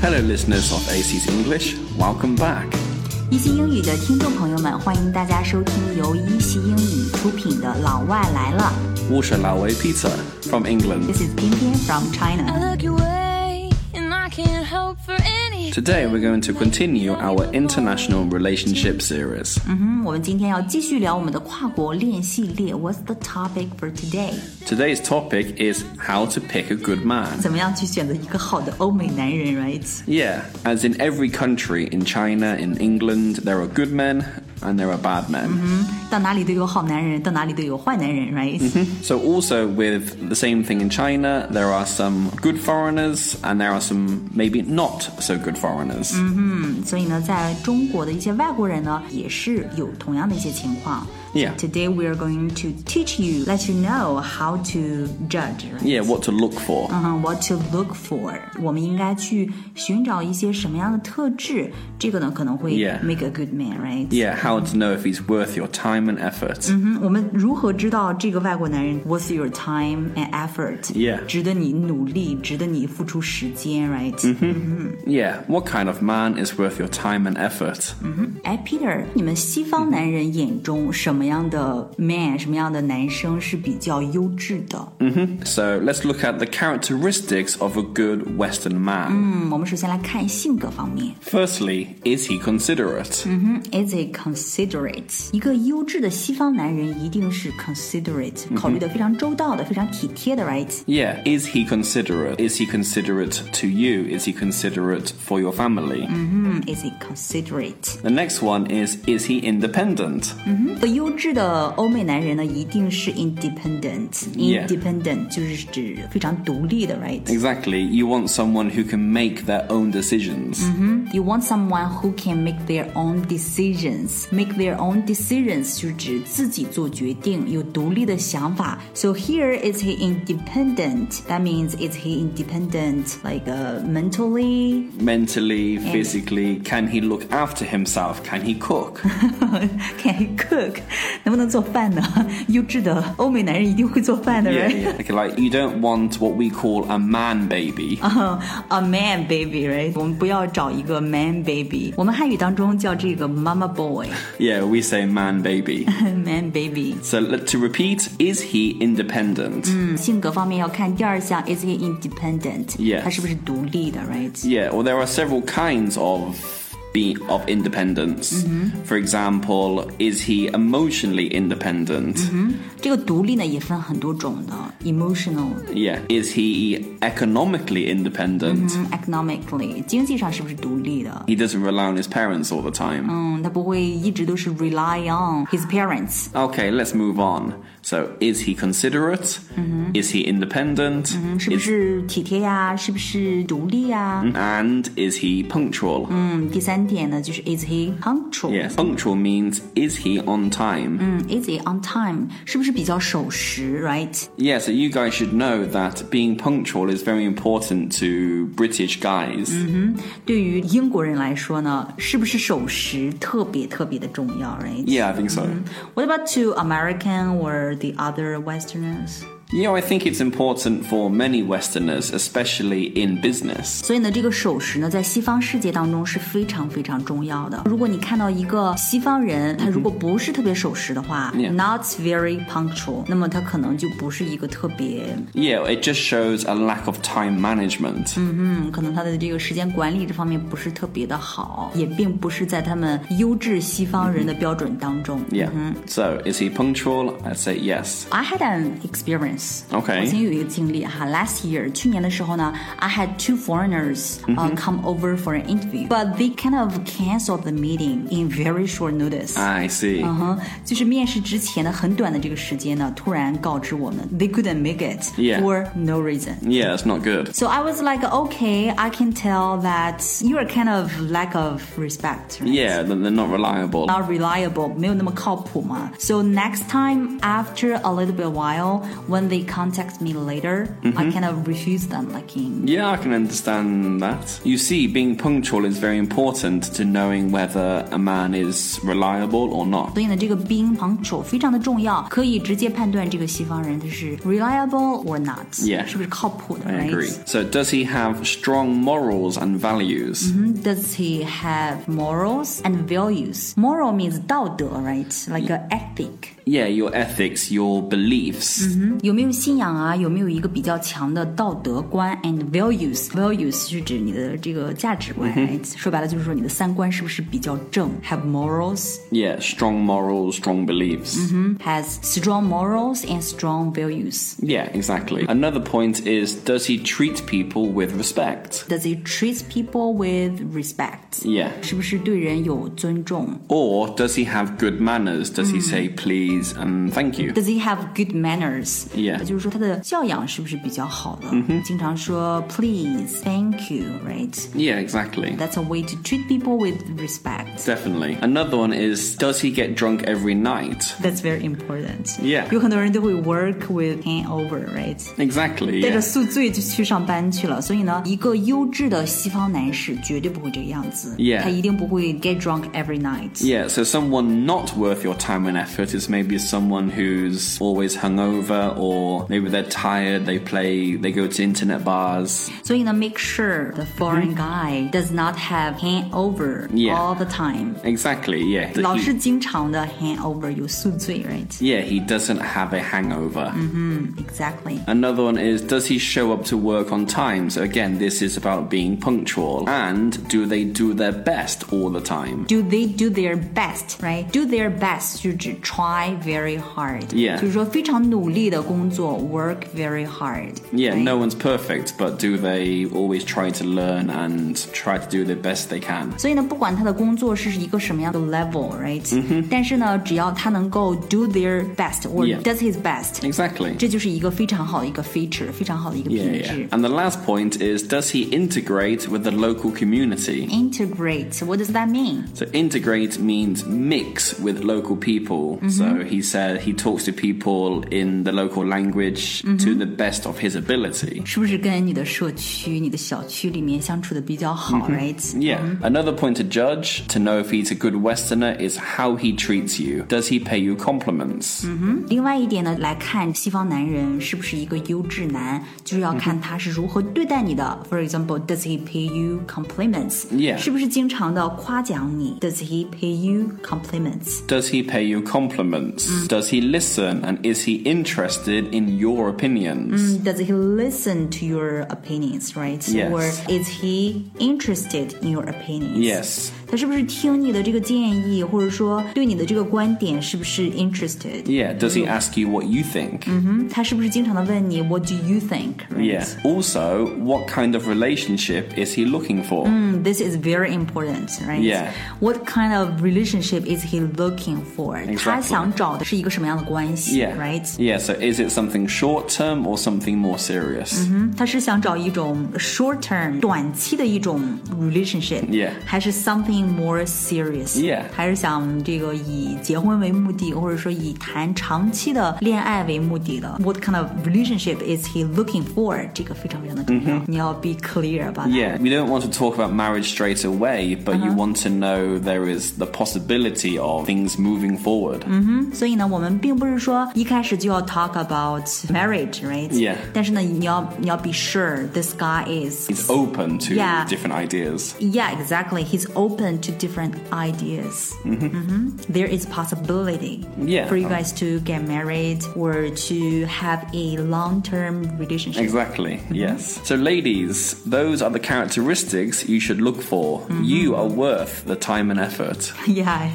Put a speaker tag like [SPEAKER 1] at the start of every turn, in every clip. [SPEAKER 1] Hello, listeners of AC's English. Welcome back.
[SPEAKER 2] 一席英语的听众朋友们，欢迎大家收听由一席英语出品的《老外来了
[SPEAKER 1] Water Laoway Pizza from》England.
[SPEAKER 2] ，This is 偏偏 from
[SPEAKER 3] I
[SPEAKER 2] China。
[SPEAKER 3] look your way, and I can't hope for any.
[SPEAKER 1] Today, we're going to continue our international relationship series.
[SPEAKER 2] 嗯哼，我们今天要继续聊我们的跨国恋系列。What's the topic for today？
[SPEAKER 1] Today's topic is how to pick a good man.
[SPEAKER 2] 怎么样去选择一个好的欧美男人？Right？
[SPEAKER 1] Yeah, as in every country, in China, in England, there are good men and there are bad men.
[SPEAKER 2] 到哪里都有好男人，到哪里都有坏男人。Right？、
[SPEAKER 1] So, also with the same thing in China, there are some good foreigners and there are some maybe not so good foreigners.
[SPEAKER 2] 所以呢，在中国的一些外国人呢，也是有同样的一些情况。
[SPEAKER 1] Yeah.
[SPEAKER 2] Today we are going to teach you, let you know how to judge. Right?
[SPEAKER 1] Yeah, what to look for.
[SPEAKER 2] 嗯哼，what to look for？我们应该去寻找一些什么样的特质？这个呢，可能会
[SPEAKER 1] Yeah.
[SPEAKER 2] make a good man，right？
[SPEAKER 1] Yeah, how to know if he's worth your time and effort.
[SPEAKER 2] 嗯我们如何知道这个外国男人 worth your time and effort？
[SPEAKER 1] Yeah.
[SPEAKER 2] 值得你努力，值得你付出时间，right？
[SPEAKER 1] 嗯 Yeah, what kind of man is worth your time and effort?
[SPEAKER 2] 哎，Peter，你们西方男人眼中什么样的 man，什么样的男生是比较优质的？
[SPEAKER 1] So let's look at the characteristics of a good Western man.
[SPEAKER 2] 嗯，我们首先来看性格方面。
[SPEAKER 1] Firstly, is he considerate?
[SPEAKER 2] Is it considerate？一个优质的西方男人一定是 considerate，、考虑的非常周到的，非常体贴的，right？
[SPEAKER 1] Yeah, is he considerate? Is he considerate to you? Is he considerate for your family?
[SPEAKER 2] 嗯，Is it considerate？
[SPEAKER 1] The next one is is he independent?
[SPEAKER 2] 嗯呃优质的欧美男人呢，一定是 independent。
[SPEAKER 1] Yeah
[SPEAKER 2] independent 就是指非常独立的，right？
[SPEAKER 1] Exactly, you want someone who can make their own decisions.
[SPEAKER 2] You want someone who can make their own decisions. Make their own decisions 就是指自己做决定，有独立的想法。So here is he independent. That means is he independent like uh, mentally?
[SPEAKER 1] Mentally, physically, can he look after himself? Can he cook?
[SPEAKER 2] Can he cook? 能不能做饭呢？ 优质的欧美男人一定会做饭的
[SPEAKER 1] yeah,
[SPEAKER 2] ，right?
[SPEAKER 1] yeah. Like, like, you don't want what we call a man baby.
[SPEAKER 2] A 啊 man baby, right? 我们不要找一个 man baby，我们汉语当中叫这个 mama boy,
[SPEAKER 1] Yeah, we say man baby.
[SPEAKER 2] man baby。嗯
[SPEAKER 1] so let- to repeat, is he independent?
[SPEAKER 2] 性格方面要看第二项，is he independent？、
[SPEAKER 1] Yes.
[SPEAKER 2] 他是不是独立的，right？
[SPEAKER 1] Yeah, well, there are several kinds of. Be of independence. For example, is he emotionally independent?
[SPEAKER 2] 这个独立呢也分很多种的，emotional、
[SPEAKER 1] Yeah. Is he economically independent?
[SPEAKER 2] 嗯 economically，经济上是不是独立的？
[SPEAKER 1] He doesn't rely on his parents all the time.
[SPEAKER 2] 嗯，他不会一直都是 rely on his parents。
[SPEAKER 1] Okay, let's move on. So, is he considerate? Is he independent?
[SPEAKER 2] 嗯是不
[SPEAKER 1] Is-
[SPEAKER 2] 是体贴呀？是不是独立呀？
[SPEAKER 1] and is he punctual?
[SPEAKER 2] 嗯，第三点呢，就是 is he punctual？
[SPEAKER 1] Yes, punctual means is he on time?
[SPEAKER 2] 嗯，is he on time？是不是比较守时，right？
[SPEAKER 1] Yeah, so you guys should know that being punctual is very important to British guys.
[SPEAKER 2] 对于英国人来说呢，是不是守时特别特别的重要，right？
[SPEAKER 1] Yeah, I think so.
[SPEAKER 2] What about to American or the other Westerners？
[SPEAKER 1] You know, I think it's important for many Westerners, especially in business.
[SPEAKER 2] 所以呢，这个守时呢，在西方世界当中是非常非常重要的。如果你看到一个西方人，他如果不是特别守时的话
[SPEAKER 1] Yeah
[SPEAKER 2] ，not very punctual，那么他可能就不是一个特别，
[SPEAKER 1] Yeah, it just shows a lack of time management.
[SPEAKER 2] 嗯，可能他的这个时间管理这方面不是特别的好，也并不是在他们优质西方人的标准当中。
[SPEAKER 1] Yeah. So, is he punctual? I'd say yes.
[SPEAKER 2] I had an experience.
[SPEAKER 1] Okay.
[SPEAKER 2] 我曾经有一个经历哈，last year 去年的时候呢，I had two foreigners、uh,
[SPEAKER 1] Mm-hmm.
[SPEAKER 2] come over for an interview, but they kind of canceled the meeting in very short notice.
[SPEAKER 1] I see.
[SPEAKER 2] 嗯哼，就是面试之前的很短的这个时间呢，突然告知我们 they couldn't make it
[SPEAKER 1] Yeah.
[SPEAKER 2] for no reason.
[SPEAKER 1] Yeah, that's not good.
[SPEAKER 2] So I was like, okay, I can tell that you are kind of lack of respect. right?
[SPEAKER 1] Yeah, then they're not reliable.
[SPEAKER 2] not reliable，没有那么靠谱嘛。So next time after a little bit while when when they contact me later, I
[SPEAKER 1] Mm-hmm.
[SPEAKER 2] kind of refuse them. Like in
[SPEAKER 1] Yeah, I can understand that. You see, being punctual is very important to knowing whether a man is reliable or not.
[SPEAKER 2] 所以呢，这个 being punctual 非常的重要，可以直接判断这个西方人他是 reliable or not，、
[SPEAKER 1] Yeah.
[SPEAKER 2] 是不是靠谱的
[SPEAKER 1] I
[SPEAKER 2] r i g
[SPEAKER 1] agree.
[SPEAKER 2] h t
[SPEAKER 1] So, does he have strong morals and values?
[SPEAKER 2] Mm-hmm. Does he have morals and values? Moral means 道德，right? Like a ethic.
[SPEAKER 1] Yeah, your ethics, your beliefs.
[SPEAKER 2] 有没有信仰啊？有没有一个比较强的道德观？And values, values 是指你的这个价值观。right? 说白了就是说你的三观是不是比较正？Have morals,
[SPEAKER 1] Yeah, strong morals, strong beliefs.
[SPEAKER 2] has strong morals and strong values.
[SPEAKER 1] Yeah, exactly. Another point is does he treat people with respect?
[SPEAKER 2] Does he treat people with respect?
[SPEAKER 1] Yeah.
[SPEAKER 2] 是不是对人有尊重
[SPEAKER 1] Or does he have good manners? Does he say please and thank you?
[SPEAKER 2] ？Does he have good manners?
[SPEAKER 1] Yeah.
[SPEAKER 2] 就是说他的教养是不是比较好的经常说 please, thank you, right?
[SPEAKER 1] Yeah, exactly.
[SPEAKER 2] That's a way to treat people with respect.
[SPEAKER 1] Definitely. Another one is does he get drunk every night?
[SPEAKER 2] That's very important.
[SPEAKER 1] Yeah.
[SPEAKER 2] 有很多人都会 work with hangover, right?
[SPEAKER 1] Exactly.
[SPEAKER 2] 带
[SPEAKER 1] yeah.
[SPEAKER 2] 着宿醉就去上班去了，所以呢，一个优质的西方男士绝对不会这个样子
[SPEAKER 1] Yeah.
[SPEAKER 2] 他一定不会 get drunk every night。
[SPEAKER 1] Yeah, so someone not worth your time and effort is maybe someone who's always hungover, or maybe they're tired, they play, they go to internet bars.
[SPEAKER 2] 所以呢，make sure the foreign guy does not have hangover
[SPEAKER 1] Yeah.
[SPEAKER 2] all the time。
[SPEAKER 1] Exactly, yeah.
[SPEAKER 2] 老
[SPEAKER 1] He-
[SPEAKER 2] 是经常的 hangover 有宿醉，right？Exactly。
[SPEAKER 1] yeah, he doesn't have a hangover. Another one is does he show up to work on time? So again, this is about being punctual. And do they do their best all the time?
[SPEAKER 2] Do they do their best, right? Do their best 就指 try very hard，、
[SPEAKER 1] Yeah.
[SPEAKER 2] 就是说非常努力的工作，work very hard。
[SPEAKER 1] Yeah,
[SPEAKER 2] right?
[SPEAKER 1] no one's perfect, but do they always try to learn and try to do the best they can?
[SPEAKER 2] 所以呢，不管他的工作是一个什么样的 level，right？、但是呢，只要他能够 do their best or
[SPEAKER 1] Mm-hmm. Yeah.
[SPEAKER 2] does his best，、
[SPEAKER 1] Exactly.
[SPEAKER 2] 这就是一个非常好的一个 feature，非常好的一个
[SPEAKER 1] Yeah,
[SPEAKER 2] 品质。
[SPEAKER 1] yeah. And the last point is does he integrate with the local community?
[SPEAKER 2] Integrate. What does that mean?
[SPEAKER 1] So integrate means mix with local people. So he said he talks to people in the local language to the best of his ability.
[SPEAKER 2] 是不是跟你的社区、你的小区里面相处的比较好、r
[SPEAKER 1] Mm-hmm.
[SPEAKER 2] i g h t
[SPEAKER 1] Yeah. Another point to judge to know if he's a good Westerner is how he treats you. Does he pay you compliments?
[SPEAKER 2] 另外一点呢，来看西方男人是不是一个优质男，就是要看他是如何对待你的。For example, does he pay you compliments?
[SPEAKER 1] Yeah.
[SPEAKER 2] 是不是经常的夸奖你？Does he pay you compliments?
[SPEAKER 1] Does he pay you compliments? Does he listen and is he interested in your opinions?
[SPEAKER 2] Does he listen to your opinions, right?
[SPEAKER 1] Yes.
[SPEAKER 2] Or is he interested in your opinions?
[SPEAKER 1] Yes.
[SPEAKER 2] 他是不是听你的这个建议，或者说对你的这个观点是不是 interested？、嗯
[SPEAKER 1] Yeah, does he ask you what you think?
[SPEAKER 2] 他是不是经常的问你 What do you think? Right?
[SPEAKER 1] Yeah. Also, what kind of relationship is he looking for?
[SPEAKER 2] This is very important, right?
[SPEAKER 1] Yeah.
[SPEAKER 2] What kind of relationship is he looking for?
[SPEAKER 1] Exactly.
[SPEAKER 2] 他想找的是一个什么样的关系
[SPEAKER 1] Yeah.
[SPEAKER 2] right?
[SPEAKER 1] Yeah, so is it something short term or something more serious?
[SPEAKER 2] 他是想找一种 short term 短期的一种 relationship，、
[SPEAKER 1] Yeah
[SPEAKER 2] 还是 something more serious？、
[SPEAKER 1] Yeah
[SPEAKER 2] 还是想这个以结婚为目的，或者说以谈长期的恋爱为目的的？What kind of relationship is he looking for？这个非常非常的重要你要 be clear about that。
[SPEAKER 1] Mm-hmm. Yeah, we don't want to talk about marriage straight away, but
[SPEAKER 2] Uh-huh.
[SPEAKER 1] you want to know there is the possibility of things moving forward.
[SPEAKER 2] 所以呢，我们并不是说一开始就要 talk about marriage，right？、
[SPEAKER 1] Yeah
[SPEAKER 2] 但是呢，你要你要 be sure this guy is
[SPEAKER 1] It's open to
[SPEAKER 2] Yeah.
[SPEAKER 1] different ideas.
[SPEAKER 2] Yeah, exactly. He's open to different ideas. Mhm. There is possibility
[SPEAKER 1] Mm-hmm. Yeah.
[SPEAKER 2] for you guys to get married or to have a long-term relationship.
[SPEAKER 1] Exactly,
[SPEAKER 2] Mm-hmm.
[SPEAKER 1] yes. So, ladies, those are the characteristics you should look for.
[SPEAKER 2] Mm-hmm.
[SPEAKER 1] You are worth the time and effort.
[SPEAKER 2] Yeah,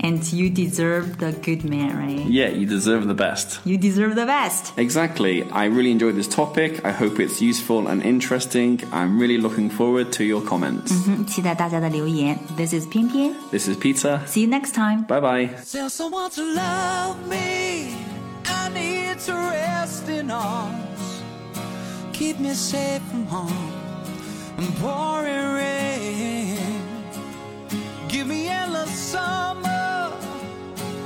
[SPEAKER 2] and you deserve the good man, right?
[SPEAKER 1] Yeah, you deserve the best.
[SPEAKER 2] You deserve the best.
[SPEAKER 1] Exactly. I really enjoyed this topic. I hope it's useful and interesting. I'm really looking forward to your comments.
[SPEAKER 2] 嗯期待大家的留言。This is 偏偏
[SPEAKER 1] This is Peter.
[SPEAKER 2] See you next time.
[SPEAKER 1] Bye bye.
[SPEAKER 4] Tell someone to love me. I need to rest in arms. Keep me safe from harm and pouring rain. Give me endless summer.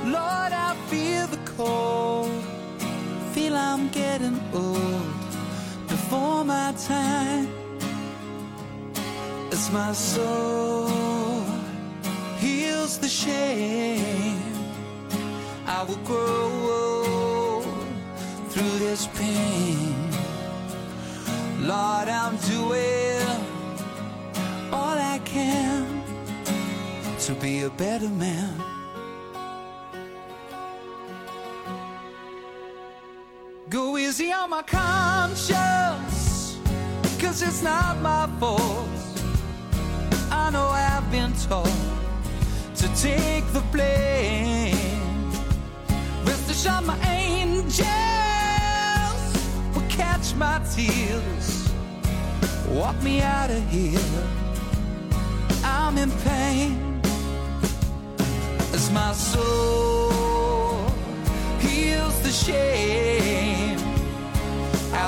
[SPEAKER 4] Lord, I feel the cold. Feel I'm getting my time. As my soul heals the shame, I will grow through this pain. Lord, I'm doing all I can to be a better man. Go easy on my conscience, cause it's not my fault. I know I've been told to take the blame. Rest assured, my angels will catch my tears, walk me out of here. I'm in pain as my soul heals the shame. I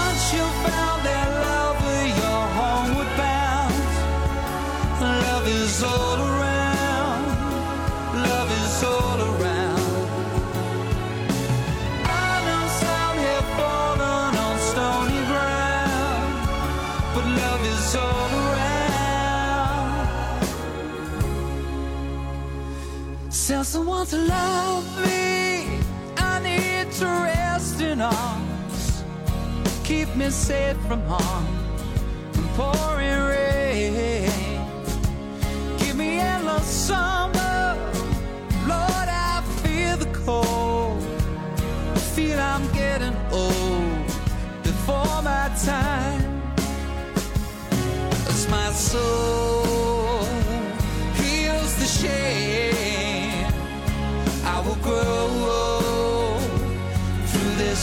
[SPEAKER 4] Once you found that love where your homeward bound, love is all around, love is all around. I know some have fallen on stony ground, but love is all around. Send someone to love me, I need to rest in arms keep me safe from harm from pouring rain. Give me endless summer, Lord. I feel the cold. I feel I'm getting old before my time. As my soul heals the shame, I will grow through this